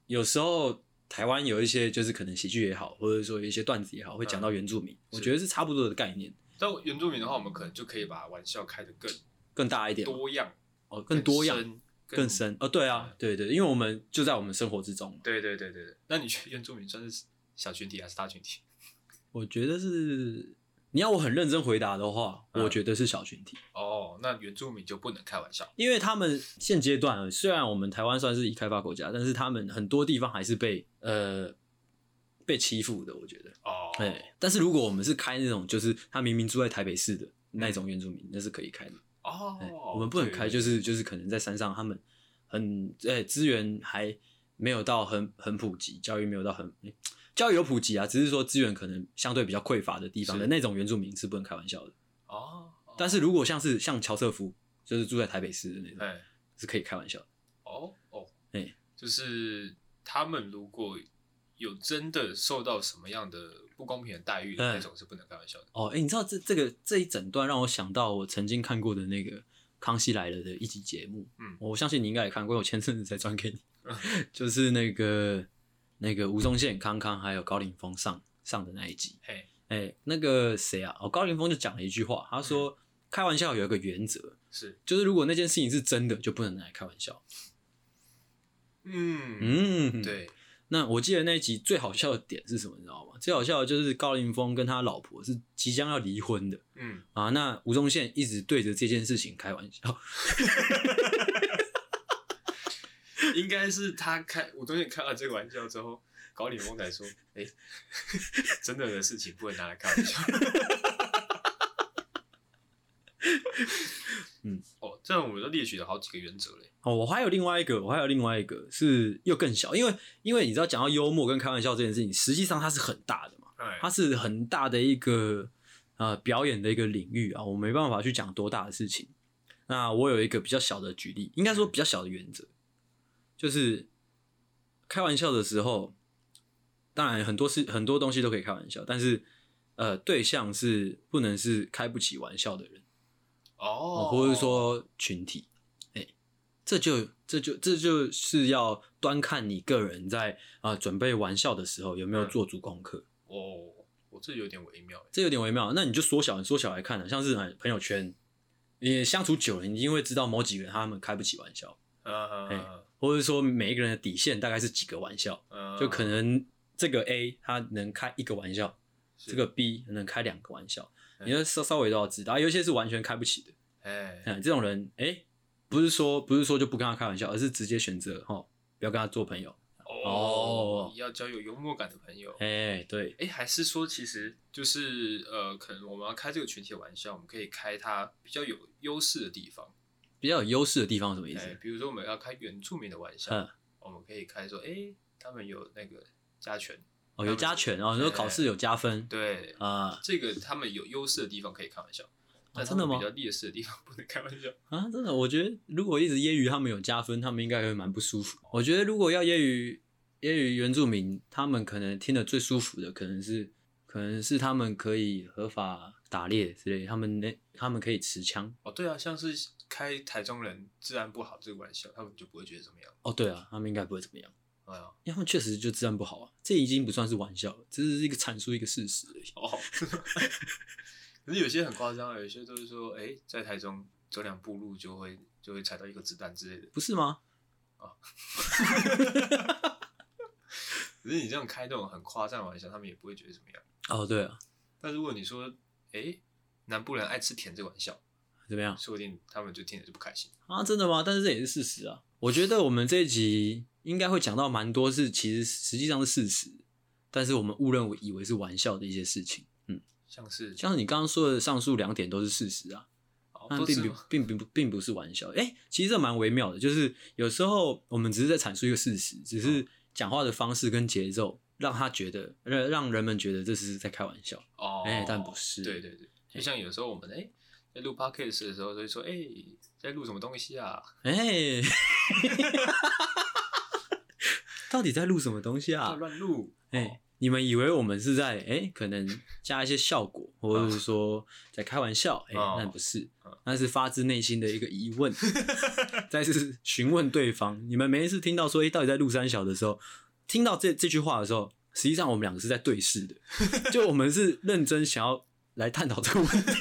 B: 有时候台湾有一些就是可能喜剧也好，或者说一些段子也好，会讲
A: 嗯
B: 到原住民，我
A: 是
B: 觉得是差不多的概念，
A: 但原住民的话，我们可能就可以把玩笑开得更
B: 更大一点嘛，
A: 多样、
B: 哦，更多样、
A: 深
B: 更。深。哦，对啊，对对，因为我们就在我们生活之中嘛。
A: 对对对对对。那你觉得原住民算是小群体还是大群体？
B: 我觉得是，你要我很认真回答的话，
A: 嗯
B: 我觉得是小群体，
A: 哦，那原住民就不能开玩笑。
B: 因为他们现阶段虽然我们台湾算是已开发国家，但是他们很多地方还是被呃被欺负的，我觉得。
A: 哦，
B: 对、哎但是如果我们是开那种就是他明明住在台北市的那种原住民，那是可以开的。
A: 哦
B: 哎，我们不能开，就是是就是可能在山上，他们很哎资源还没有到很很普及，教育没有到很、哎教育有普及啊，只是说资源可能相对比较匮乏的地方
A: 是
B: 的那种原住民是不能开玩笑的。
A: 哦。哦
B: 但是如果像是像乔瑟夫，就是住在台北市的那种，
A: 哎，
B: 是可以开玩笑的。
A: 哦哦，
B: 哎，
A: 就是他们如果有真的受到什么样的不公平的待遇，
B: 嗯
A: 那种是不能开玩笑的。
B: 哦，哎、你知道这这个这一整段让我想到我曾经看过的那个《康熙来了》的一集节目，
A: 嗯
B: 我相信你应该也看过，我前阵子才转给
A: <laughs>
B: 你，就是那个那个吴宗宪、康康还有高凌风上上的那一集，
A: 嘿，
B: 哎、那个谁啊，哦，高凌风就讲了一句话，他
A: 嗯
B: 说、开玩笑有一个原则，
A: 是，
B: 就是如果那件事情是真的，就不能拿来开玩笑。
A: 嗯，
B: 嗯，。
A: 对，
B: 那我记得那一集最好笑的点是什么，你知道吗？最好笑的就是高凌风跟他老婆是即将要离婚的。
A: 嗯，
B: 啊，那吴宗宪一直对着这件事情开玩笑，
A: <laughs> 应该是他开，我昨天开了这个玩笑之后，搞李梦才说， <laughs> 哎、真的的事情不能拿来开玩 <laughs> 笑。
B: 嗯，
A: 哦，这样我们就列举了好几个原则嘞。
B: 哦，我还有另外一个，我还有另外一个是又更小，因为因为你知道讲到幽默跟开玩笑这件事情，实际上它是很大的嘛，
A: 哎
B: 它是很大的一个呃表演的一个领域啊，我没办法去讲多大的事情。那我有一个比较小的举例，应该说比较小的原则，就是开玩笑的时候，当然很多事很多东西都可以开玩笑，但是呃对象是不能是开不起玩笑的人。哦，
A: 哦，
B: 或者，说群体，哎、这就这就这就是要端看你个人在啊、呃准备玩笑的时候有没有
A: 嗯
B: 做足功课，
A: 哦，我这有点微妙欸。
B: 这有点微妙。那你就缩小，你缩小来看啊，像是哎朋友圈，你相处久了，你一定会知道某几个人他们开不起玩笑，
A: 呃，
B: 或者说每一个人的底线大概是几个玩笑，
A: 呃
B: 就可能这个 A 他能开一个玩笑，
A: 是
B: 这个 B 能开两个玩笑，
A: 嗯
B: 你要稍稍微都要知道，啊有一些是完全开不起的。
A: 哎，
B: 嗯，这种人，哎、不是说不是说就不跟他开玩笑，而是直接选择哦，不要跟他做朋友。哦
A: 哦，要交有幽默感的朋友。
B: 哎、对，
A: 哎，还是说其实就是呃，可能我们要开这个群体的玩笑，我们可以开他比较有优势的地方。
B: 比较有优势的地方是什么意思？
A: 哎，比如说我们要开原住民的玩笑，
B: 嗯，
A: 我们可以开说，哎，他们有那个加权，
B: 哦，有加权哦，你说考试有加分
A: 对，
B: 啊
A: 这个他们有优势的地方可以开玩笑，但他
B: 哦真的
A: 们
B: 吗
A: 比较劣势的地方不 <laughs> 能开玩笑。
B: 啊，真的，我觉得如果一直揶揄他们有加分，他们应该会蛮不舒服。我觉得如果要揶揄揶揄原住民，他们可能听得最舒服的，可能是可能是他们可以合法打猎之类，他们那他们可以持枪。
A: 哦，对啊，像是开台中人治安不好这个玩笑，他们就不会觉得怎么样。
B: 哦，对啊，他们应该不会怎么样。
A: 哎呀，
B: 因为他们确实就治安不好啊，这已经不算是玩笑了，这是一个阐述一个事实而已。
A: 哦，可是有些很夸张，有些就是说，哎、在台中走两步路就会就会踩到一个子弹之类的。
B: 不是吗？
A: 可是你这样开那种很夸张的玩笑，他们也不会觉得怎么样。
B: 哦，对啊，
A: 但如果你说，哎、南部人爱吃甜这玩笑，
B: 怎么样
A: 说不定他们就听着就不开心。
B: 啊？真的吗？但是这也是事实啊。我觉得我们这一集应该会讲到蛮多是其实实际上是事实，但是我们误认为以为是玩笑的一些事情。嗯，
A: 像是
B: 像是你刚刚说的上述两点都是事实啊，
A: 哦，
B: 那
A: 都
B: 并
A: 是
B: 不
A: 吗
B: 并并不并不是玩笑。哎、其实这蛮微妙的，就是有时候我们只是在阐述一个事实，只是讲话的方式跟节奏让他觉得让让人们觉得这是在开玩笑。
A: 哦，
B: 哎但不是
A: 对对对，就像有时候我们哎、诶在录 podcast 的时候，就会说，哎、在录什么东西啊？
B: 哎、到底在录什么东西
A: 不要
B: 啊？
A: 乱录。
B: 哎、
A: 哦
B: 你们以为我们是在哎、可能加一些效果，或者是说在开玩笑？哎、
A: 哦
B: 那不是
A: 嗯，
B: 那是发自内心的一个疑问。再次询问对方，你们每一次听到说“诶、哎到底在陆三小”的时候，听到这这句话的时候，实际上我们两个是在对视的，就我们是认真想要来探讨这个问题。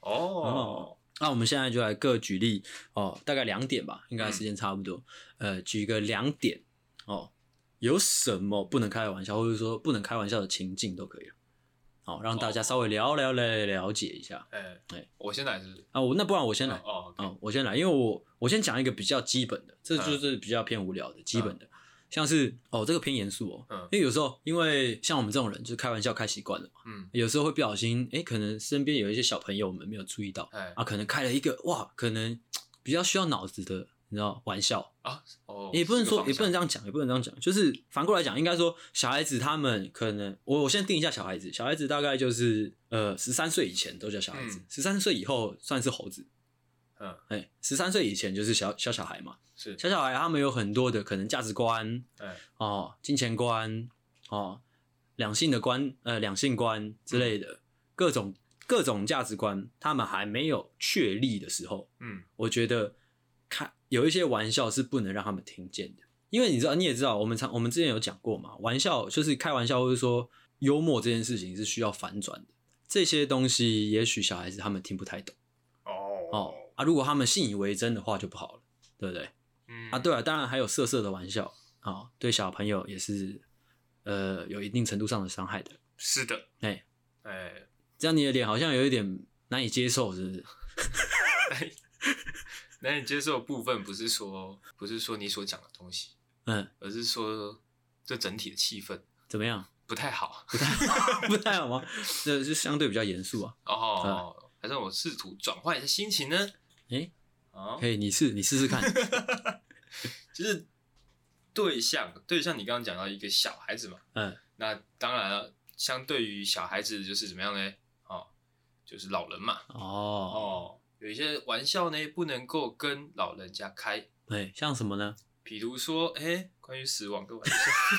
A: 哦，
B: 那我们现在就来各举例哦，大概两点吧，
A: 嗯
B: 应该时间差不多。呃，举个两点哦，有什么不能开的玩笑，或者说不能开玩笑的情境都可以了。好、让大家
A: 哦
B: 稍微聊聊来了解一下
A: 哎
B: 哎，
A: 我先来是不是？
B: 啊。我那不然我先来，
A: 哦哦，
B: 嗯，我先来，因为我我先讲一个比较基本的，
A: 嗯
B: 这就是比较偏无聊的基本的，像是哦这个偏严肃哦，
A: 嗯
B: 因为有时候因为像我们这种人就是开玩笑开习惯了嘛，
A: 嗯，
B: 有时候会不小心，哎，可能身边有一些小朋友们没有注意到
A: 哎
B: 啊，可能开了一个哇，可能比较需要脑子的，你知道玩笑，
A: 啊，哦，
B: 也不能说，也不能这
A: 样，
B: 样讲，也不能这样讲，就是反过来讲，应该说小孩子他们可能，我我先定一下小孩子，小孩子大概就是呃十三岁以前都叫小孩子
A: 嗯，
B: 十三岁以后算是猴子，
A: 嗯，
B: 哎，十三岁以前就是小小小孩嘛，
A: 是，
B: 小小孩他们有很多的可能价值观
A: 哎，
B: 哦、金钱观哦、两性的观呃两性观之类
A: 嗯
B: 的、各种各种价值观，他们还没有确立的时候，
A: 嗯，
B: 我觉得看有一些玩笑是不能让他们听见的，因为你知道，你也知道，我们常我们之前有讲过嘛，玩笑就是开玩笑，或者说幽默这件事情是需要反转的。这些东西也许小孩子他们听不太懂哦
A: 哦，
B: 啊，如果他们信以为真的话就不好了，对不对？
A: 嗯
B: 啊，，对啊，当然还有色色的玩笑啊、哦对小朋友也是呃有一定程度上的伤害的。
A: 是的，
B: 哎
A: 哎，
B: 这样你的脸好像有一点难以接受，是不是？
A: 难以接受的部分不是说不是说你所讲的东西，
B: 嗯，
A: 而是说这整体的气氛
B: 怎么样？ <laughs>
A: 不太好。 <laughs>
B: 不太好吗？ <laughs> 这就相对比较严肃啊。
A: 哦，还是我试图转换一下心情呢？
B: 诶
A: 啊，
B: 可以，你试，你试试看。
A: 就是对象，对象，你刚刚讲到一个小孩子嘛，
B: 嗯，
A: 那当然了，相对于小孩子就是怎么样呢？哦，就是老人嘛。
B: 哦，
A: 哦，有一些玩笑呢不能够跟老人家开，
B: 对，像什么呢？
A: 比如说，哎、关于死亡的玩笑， <laughs>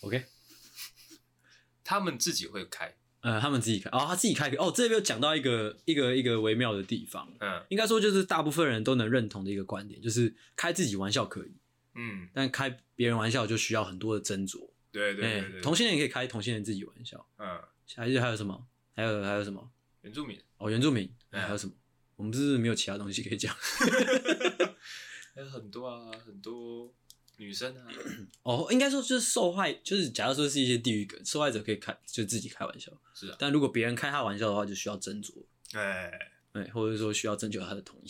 B: OK，
A: 他们自己会开。
B: 呃，他们自己开，哦，他自己开，哦，这边有讲到一个一个一个微妙的地方，
A: 嗯
B: 应该说就是大部分人都能认同的一个观点，就是开自己玩笑可以，
A: 嗯，
B: 但开别人玩笑就需要很多的斟酌。
A: 对对
B: 哎
A: 对对，
B: 同性恋也可以开同性恋自己玩笑，
A: 嗯，
B: 还有还有什么？还有还有什么？
A: 原住民
B: 哦，原住民，哎
A: 嗯
B: 还有什么？我们是不是没有其他东西可以讲？ <laughs>
A: 还有很多啊，很多女生啊，
B: 哦，应该说就是受害，就是假如说是一些地域梗，受害者可以开就自己开玩笑，
A: 是啊，
B: 但如果别人开他玩笑的话，就需要斟酌。
A: 哎、
B: 哎，或者说需要征求他的同意。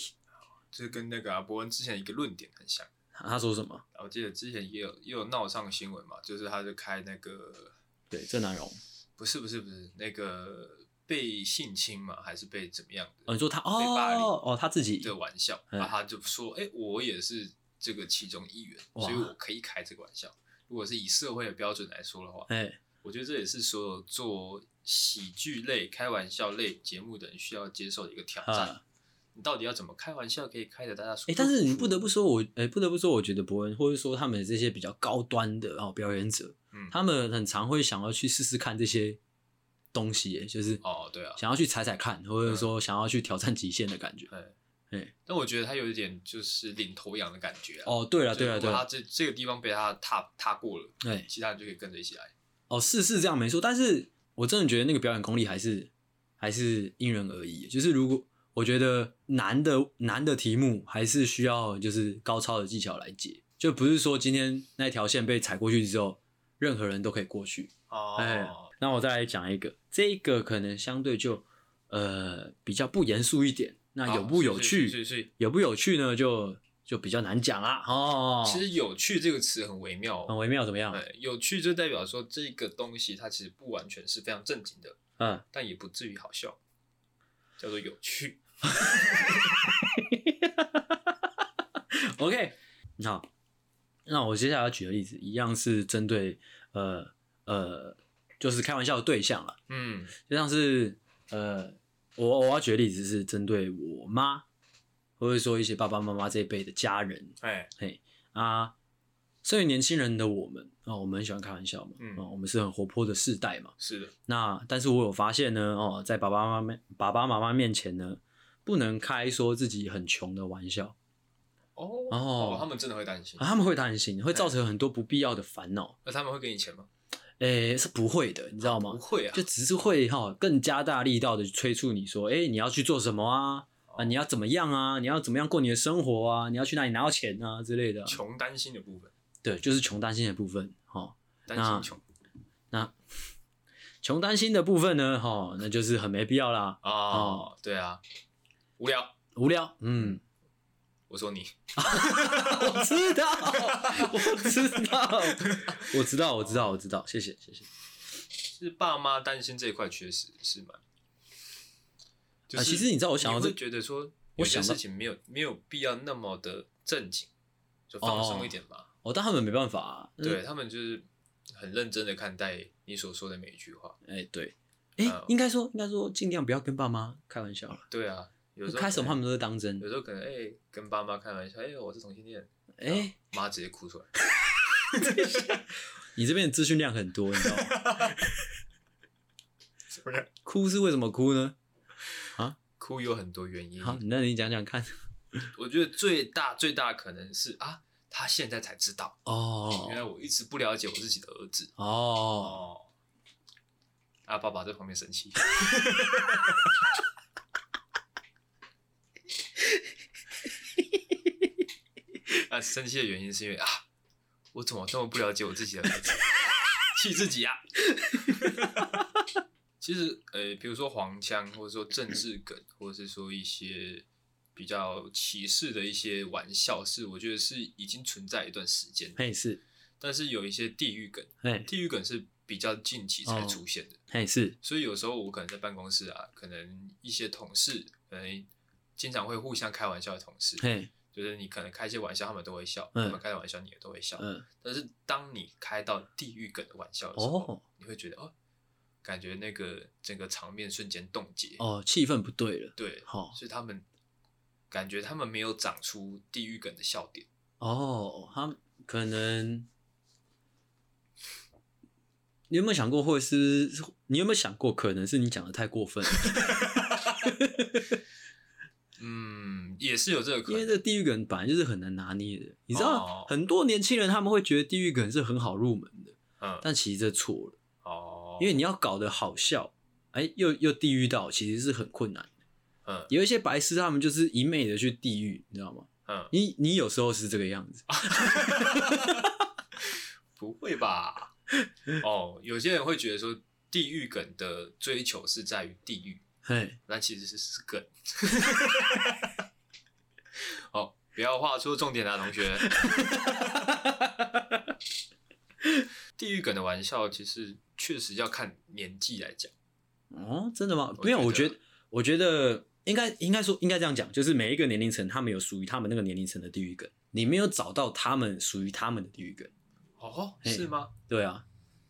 A: 这跟那个啊伯恩之前一个论点很像。
B: 他他说什么？
A: 我记得之前也有也有闹上新闻嘛，就是他就开那个
B: 对，郑南荣。
A: 不是不是不是那个被性侵嘛，还是被怎么样
B: 哦，
A: 的
B: 你说他
A: 被霸凌
B: 哦哦，他自己
A: 的玩笑，
B: 嗯
A: 然后他就说，哎、我也是这个其中一员，
B: 哇
A: 所以我可以开这个玩笑。如果是以社会的标准来说的话，
B: 哎
A: 我觉得这也是所有做喜剧类、开玩笑类节目的人需要接受的一个挑战
B: 啊。
A: 你到底要怎么开玩笑可以开得大家舒服？
B: 哎，但是你不得不说我，哎不得不说，我觉得伯恩或者说他们这些比较高端的哦表演者，
A: 嗯
B: 他们很常会想要去试试看这些东西，哎就是
A: 哦，对啊，
B: 想要去踩踩看，或者说想要去挑战极限的感觉。
A: 哎
B: 哎，
A: 但我觉得他有一点就是领头羊的感觉啊。
B: 哦，对了
A: 就是
B: 对了
A: 如果
B: 对
A: 他
B: 了，
A: 这这个地方被他踏踏过了，
B: 哎
A: 其他人就可以跟着一起来。
B: 哦是是这样没错，但是我真的觉得那个表演功力还是还是因人而异。就是如果我觉得难的难的题目还是需要就是高超的技巧来解，就不是说今天那条线被踩过去之后，任何人都可以过去。
A: 哦，
B: 哎那我再来讲一个，这一个可能相对就呃比较不严肃一点。那
A: 好
B: 有不有趣？
A: 是是是是
B: 有不有趣呢？就就比较难讲啦。哦，
A: 其实“有趣”这个词很微妙、
B: 很
A: 哦。
B: 微妙，怎么样？
A: 哎，有趣就代表说这个东西它其实不完全是非常正经的，
B: 嗯，
A: 但也不至于好笑，叫做有
B: <laughs>
A: 趣。
B: OK，好，那我接下来要举的例子一样是针对呃呃，就是开玩笑的对象了，
A: 嗯，
B: 就像是呃，我我要举的例子是针对我妈，或者说一些爸爸妈妈这一辈的家人
A: 哎，
B: 啊，身为年轻人的我们啊、哦，我们很喜欢开玩笑嘛，
A: 嗯
B: 哦，我们是很活泼的世代嘛。
A: 是的，
B: 那但是我有发现呢，哦，在爸爸妈妈面爸爸妈妈面前呢，不能开说自己很穷的玩笑
A: 哦
B: 哦
A: 他们真的会担心
B: 啊，，他们会担心，会
A: 嗯
B: 造成很多不必要的烦恼。
A: 那他们会给你钱吗？
B: 诶、是不会的，你知道吗
A: 不？会啊，
B: 就只是会哈、更加大力道的催促你说，诶、你要去做什么啊？
A: 哦
B: 啊，你要怎么样啊？你要怎么样过你的生活啊？你要去哪里拿到钱啊之类的啊？
A: 穷担心的部分，
B: 对，就是穷担心的部分。哈、
A: 担
B: 那
A: 心穷
B: 穷担心的部分呢，哈、那就是很没必要啦，
A: 哦，对啊，无聊。
B: 无聊。嗯， <laughs>
A: 我说你，
B: 我知道，我知道，我知道，我知道，我知道，谢谢，谢谢。
A: 是爸妈担心这一块，确实是蛮。就
B: 啊
A: 是
B: 其实你知道我想到
A: 你会
B: 这
A: 觉得说，
B: 我
A: 有些
B: 想到
A: 事情没有没有必要那么的正经，就放松一点吧。
B: 哦，但他们没办法、啊。嗯
A: 对，他们就是很认真的看待你所说的每一句话。
B: 哎、对，哎、
A: 呃
B: 应该说，应该说，尽量不要跟爸妈开玩笑了。
A: 对啊，有时候
B: 开什么
A: 可
B: 他
A: 能
B: 们都是当真
A: 有。时候可能哎、跟爸妈开玩笑，哎、我是同性恋，
B: 哎、
A: 然后妈直接哭出来。
B: 你这边的资讯量很多，你知道吗？哭是为什么哭呢？
A: 哭有很多原因，
B: 好，那你讲讲看。
A: 我觉得最大最大可能是啊，他现在才知道，
B: 哦
A: 原来我一直不了解我自己的儿子。
B: 哦，
A: 哦，啊，爸爸在旁边生气， <laughs> 啊，生气的原因是因为啊，我怎么这么不了解我自己的孩子， <laughs> 气自己啊。 <laughs> 其实，呃，比如说黄腔，或者说政治梗，或者是说一些比较歧视的一些玩笑，是我觉得是已经存在一段时间，
B: 嘿是，
A: 但是有一些地域梗。
B: 嘿
A: 地域梗是比较近期
B: 哦
A: 才出现的，
B: 嘿是，
A: 所以有时候我可能在办公室啊，可能一些同事，可能经常会互相开玩笑的同事，
B: 嘿
A: 就是你可能开一些玩笑，他们都会笑；
B: 嗯
A: 他们开的玩笑，你也都会笑。
B: 嗯
A: 但是当你开到地域梗的玩笑的时候，
B: 哦
A: 你会觉得哦，感觉那个整个场面瞬间冻结。
B: 哦，气氛不对了。
A: 对，
B: 好
A: 所以他们感觉他们没有长出地域梗的笑点。
B: 哦，他可能，你有没有想过，或者是你有没有想过，可能是你讲的太过分了，
A: 嗯，也是有这个可
B: 因为
A: 能。
B: 这地狱梗本来就是很难拿捏的。你知道
A: 哦，
B: 很多年轻人他们会觉得地狱梗是很好入门的，
A: 嗯，
B: 但其实这错了。
A: 哦，
B: 因为你要搞得好笑，哎，又又地狱到，其实是很困难的。
A: 嗯
B: 有一些白痴，他们就是一昧的去地狱，你知道吗？
A: 嗯，
B: 你你有时候是这个样
A: 啊
B: 子，
A: 不会吧？哦，有些人会觉得说，地狱梗的追求是在于地狱，
B: 嘿，
A: 那其实是是梗。哦，不要画出重点啊，同学。地狱梗的玩笑，其实确实要看年纪来讲。
B: 哦，真的吗？
A: 我
B: 没有，
A: 觉
B: 我
A: 得
B: 觉得，我觉得应该应该说应该这样讲，就是每一个年龄层，他们有属于他们那个年龄层的地狱梗，你没有找到他们属于他们的地狱梗，
A: 哦，
B: 嘿
A: 是吗？
B: 对啊，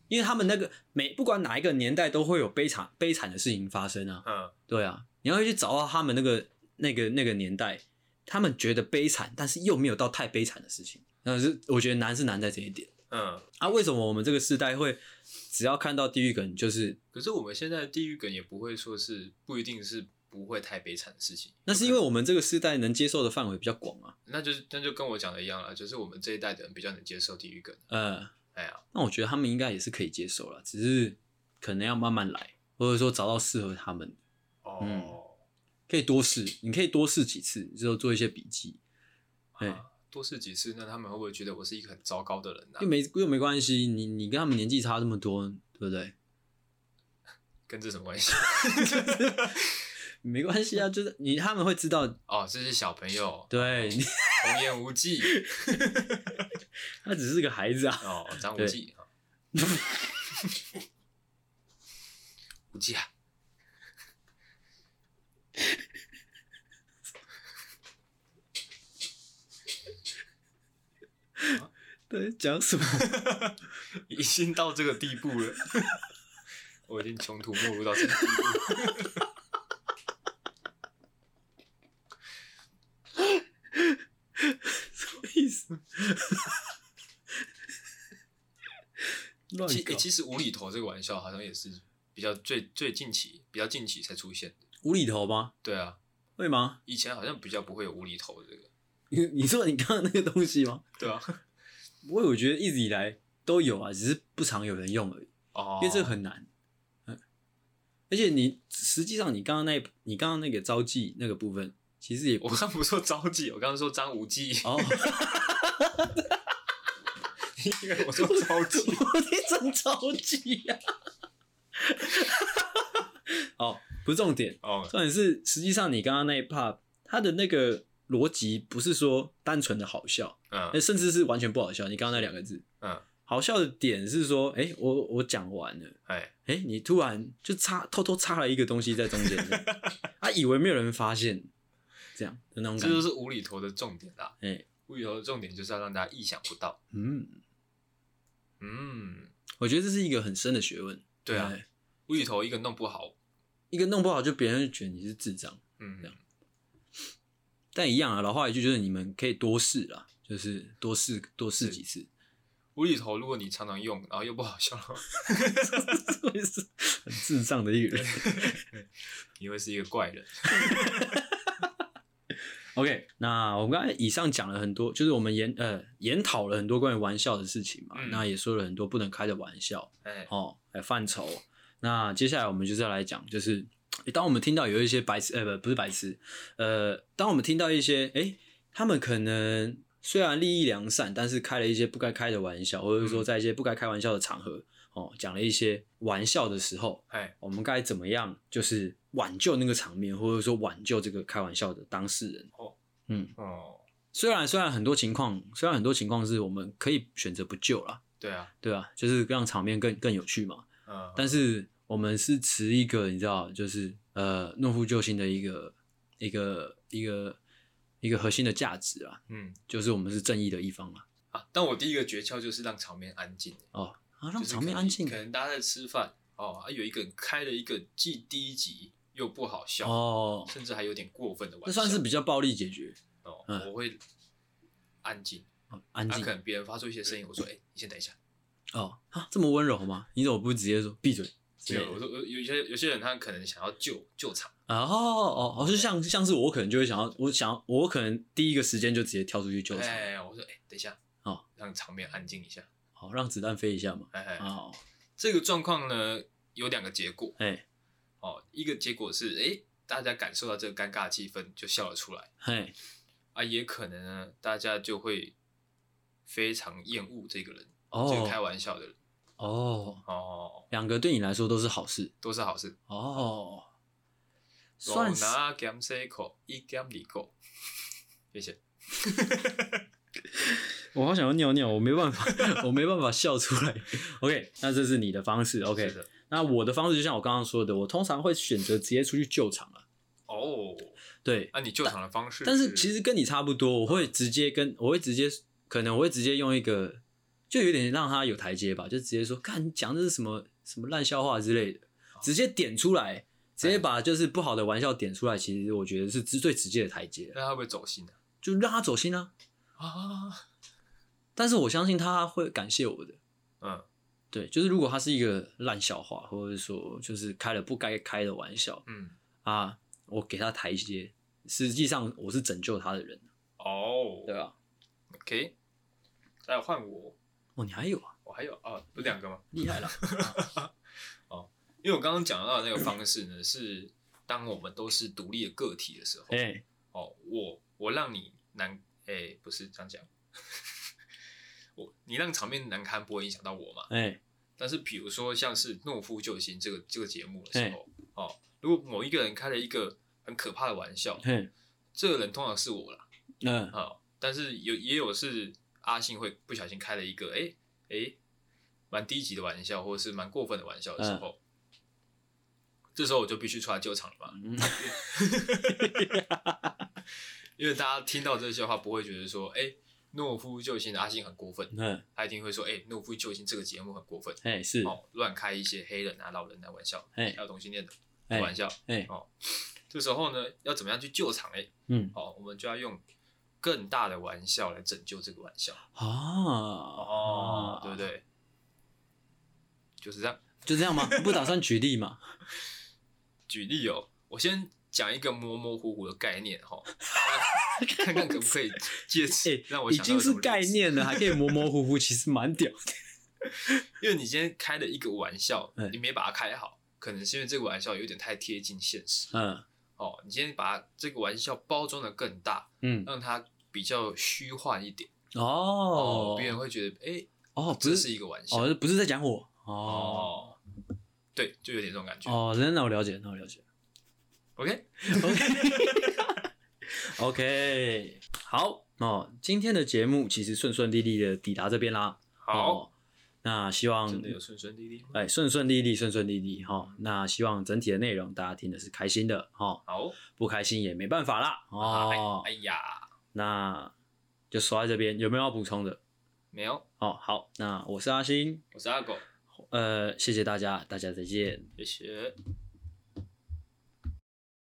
B: 因为他们那个每不管哪一个年代都会有悲惨悲惨的事情发生啊，
A: 嗯，
B: 对啊，你要去找到他们那个那个那个年代，他们觉得悲惨，但是又没有到太悲惨的事情，那是我觉得难是难在这一点
A: 嗯，
B: 啊。为什么我们这个世代会只要看到地狱梗就是
A: 可是我们现在的地狱梗也不会说是不一定是不会太悲惨的事情，
B: 那是因为我们这个世代能接受的范围比较广啊。
A: 那就是那就跟我讲的一样了，就是我们这一代的人比较能接受地狱梗。
B: 呃，
A: 哎呀，
B: 那我觉得他们应该也是可以接受了，只是可能要慢慢来，或者说找到适合他们，
A: 哦，
B: 可以多试，你可以多试几次，之后做一些笔记，哎、
A: 啊多试几次，那他们会不会觉得我是一个很糟糕的人啊呢、
B: 又没又没关系，你你跟他们年纪差这么多，对不对？
A: 跟这什么关系？
B: 没关系啊，就是你他们会知道，
A: 哦，这是小朋友，
B: 对，你 <laughs>
A: 童言无忌
B: 他只是个孩子啊，
A: 哦，张无忌啊，无忌啊，
B: 对，讲什么？ <laughs>
A: 已经到这个地步了， <laughs> 我已经穷途末路到这个地步。
B: 意思？乱 <laughs>
A: 其、
B: 搞
A: 欸。其实无厘头这个玩笑好像也是比较最最近期比较近期才出现的。
B: 无厘头吗？
A: 对啊，
B: 会吗？
A: 以前好像比较不会有无厘头这个。
B: 你你说你刚刚那个东西吗？
A: 对啊，
B: 不过我觉得一直以来都有啊，只是不常有人用而已，
A: <laughs> 哦，
B: 因为这个很难。嗯，而且你实际上你刚刚那一你刚刚那个招妓那个部分，其实也
A: 我刚不说招妓，我刚刚说张无忌，
B: 哦， <laughs>
A: 因为我说招妓。
B: 我一真着急呀、哦，不是重点，
A: 哦，
B: 重点是实际上你刚刚那一 part，它的那个逻辑不是说单纯的好笑，那
A: 嗯
B: 甚至是完全不好笑。你刚刚那两个字，
A: 嗯，
B: 好笑的点是说，哎、我我讲完了，
A: 哎，
B: 哎、你突然就插偷偷插了一个东西在中间，他、啊、以为没有人发现，这样的那种
A: 这
B: 感
A: 就
B: 觉，
A: 是无厘头的重点啦。
B: 哎、
A: 无厘头的重点就是要让大家意想不到。
B: 嗯，
A: 嗯，
B: 我觉得这是一个很深的学问，
A: 对啊
B: 哎
A: 无厘头一个弄不好，
B: 一个弄不好就别人就觉得你是智障。
A: 嗯，
B: 啊但一样啊，老话一句就是你们可以多试啦，就是多试多试几次。
A: 无厘头如果你常常用，然后又不好笑， <laughs>
B: 我也是很智障的一个人。
A: 你会是一个怪人。
B: OK，那我们刚才以上讲了很多，就是我们研呃研讨了很多关于玩笑的事情嘛，
A: 嗯
B: 那也说了很多不能开的玩笑
A: 哎，
B: 哦，还有范畴。那接下来我们就是要来讲，就是诶当我们听到有一些白痴，呃，不不是白痴，呃，当我们听到一些诶，他们可能虽然利益良善，但是开了一些不该开的玩笑，或者是说
A: 嗯
B: 在一些不该开玩笑的场合哦，讲了一些玩笑的时候，
A: 哎，
B: 我们该怎么样，就是挽救那个场面，或者说挽救这个开玩笑的当事人。
A: 哦，
B: 嗯，
A: 哦，
B: 虽然虽然很多情况，虽然很多情况是我们可以选择不救啦，
A: 对啊，
B: 对吧、就是让场面更更有趣嘛。
A: 嗯，
B: 但是我们是持一个你知道，就是呃懦夫救星的一个一个一个一个核心的价值啊，
A: 嗯
B: 就是我们是正义的一方啊。
A: 啊，但我第一个诀窍就是让场面安静，
B: 哦，啊，
A: 就
B: 让
A: 是
B: 场面
A: 可能
B: 安静
A: 可能大家在吃饭，哦，啊有一个人开了一个既低级又不好笑，
B: 哦，
A: 甚至还有点过分的玩笑，
B: 这算是比较暴力解决。
A: 哦，
B: 嗯
A: 我会安静，
B: 哦安
A: 他
B: 静
A: 可能别人发出一些声音，我说，哎，你先等一下。
B: 哦啊，这么温柔吗？你怎么不直接说闭嘴？
A: 没有，我说呃有有些有些人他可能想要救救场，
B: 啊哦哦哦，就像像是我可能就会想要，我想要我可能第一个时间就直接跳出去救场，
A: 哎，我说，哎，等一下，
B: 哦，
A: 让场面安静一下，
B: 好、让子弹飞一下嘛。
A: 哎哎，
B: 哦，
A: 这个状况呢有两个结果
B: 哎
A: 哦，一个结果是哎、诶大家感受到这个尴尬的气氛就笑了出来
B: 嘿，
A: 啊，也可能呢大家就会非常厌恶这个人，这个开
B: 哦
A: 玩笑的人
B: 哦，
A: 哦，
B: 两个对你来说都是好事
A: 都是好事。
B: 哦，算是
A: 哦拿 g a m s e 口一 g a m 里口，谢谢。
B: 我好想要尿尿，我没办法， <laughs> 我没办法笑出来。OK，那这是你的方式
A: 是
B: ，OK，
A: 的
B: 那我的方式就像我刚刚说的，我通常会选择直接出去救场啊，
A: 哦，
B: 对，
A: 那、你救场的方式，
B: 但是其实跟你差不多，我会直接跟我会直接，可能我会直接用一个，就有点让他有台阶吧，就直接说，看你讲的是什么什么烂笑话之类的，直接点出来，直
A: 哎
B: 接把就是不好的玩笑点出来，其实我觉得是最最直接的台阶，
A: 那他会不会走心呢、
B: 就让他走心啊。
A: 啊？
B: 但是我相信他会感谢我的，
A: 嗯
B: 对，就是如果他是一个烂笑话，或者说就是开了不该开的玩笑
A: 嗯，
B: 啊，我给他台阶，实际上我是拯救他的人，
A: 哦
B: 对啊吧？
A: ，OK，再来换我，
B: 哦，你还有啊，
A: 我还有啊，不是两个吗？
B: 厉 <laughs> 害了，
A: 因为我刚刚讲到的那个方式呢，是当我们都是独立的个体的时候，
B: 哎、
A: 哦，我我让你难，哎、不是这样讲， <laughs> 我你让场面难堪不会影响到我嘛？
B: 哎、
A: 但是比如说像是《懦夫救星》这个这个节目的时候，哦，如果某一个人开了一个很可怕的玩笑，
B: 嘿，
A: 这个人通常是我啦，
B: 嗯，
A: 哦，但是有也有是阿信会不小心开了一个，哎、哎、蛮低级的玩笑，或者是蛮过分的玩笑的时
B: 嗯
A: 候，这时候我就必须出来救场了嘛。
B: 嗯
A: 因为大家听到这些话，不会觉得说，哎、懦夫救星的阿信很过分，
B: 嗯，
A: 他一定会说，哎、懦夫救星这个节目很过分，
B: 哎是，
A: 哦，乱开一些黑人啊、老人啊玩笑，
B: 哎
A: 还有同性恋的
B: 哎
A: 玩笑，
B: 哎
A: 哦，这时候呢，要怎么样去救场？哎，
B: 嗯
A: 哦，我们就要用更大的玩笑来拯救这个玩笑，
B: 啊，
A: 对不对？就是这样。
B: 就这样吗？不打算举例嘛？
A: 举例哦，我先讲一个模模糊糊的概念哈、哦，看看可不可以借
B: <laughs> <laughs>
A: 此
B: 哎、
A: 让我
B: 已
A: 想到
B: 经是
A: 什么
B: 概
A: 例子，
B: 念了，还可以模模糊糊，其实蛮屌的。
A: 因为你今天开了一个玩笑
B: 嗯，
A: 你没把它开好，可能是因为这个玩笑有点太贴近现实
B: 嗯
A: 哦。你今天把它这个玩笑包装的更大，
B: 嗯，
A: 让它比较虚幻一点
B: 哦
A: 别人会觉得哎、诶
B: 哦，不
A: 这
B: 是
A: 是一个玩笑
B: 哦，不是在讲我哦
A: 哦对，就有点这种感觉。
B: 哦，那那我了解，那我了解。
A: OK，
B: OK，好 <laughs> 哦，今天的节目其实顺顺利利的抵达这边啦。
A: 好，
B: 哦，那希望
A: 真的有顺顺利利吗。
B: 哎顺顺利利，顺顺利利哈、哦。那希望整体的内容大家听的是开心的哈、哦，
A: 好，
B: 不开心也没办法啦哦
A: 哎。哎呀，
B: 那就说在这边，有没有要补充的？
A: 没有，
B: 哦，好，那我是阿星，
A: 我是阿狗，
B: 呃，谢谢大家，大家再见。
A: 谢谢。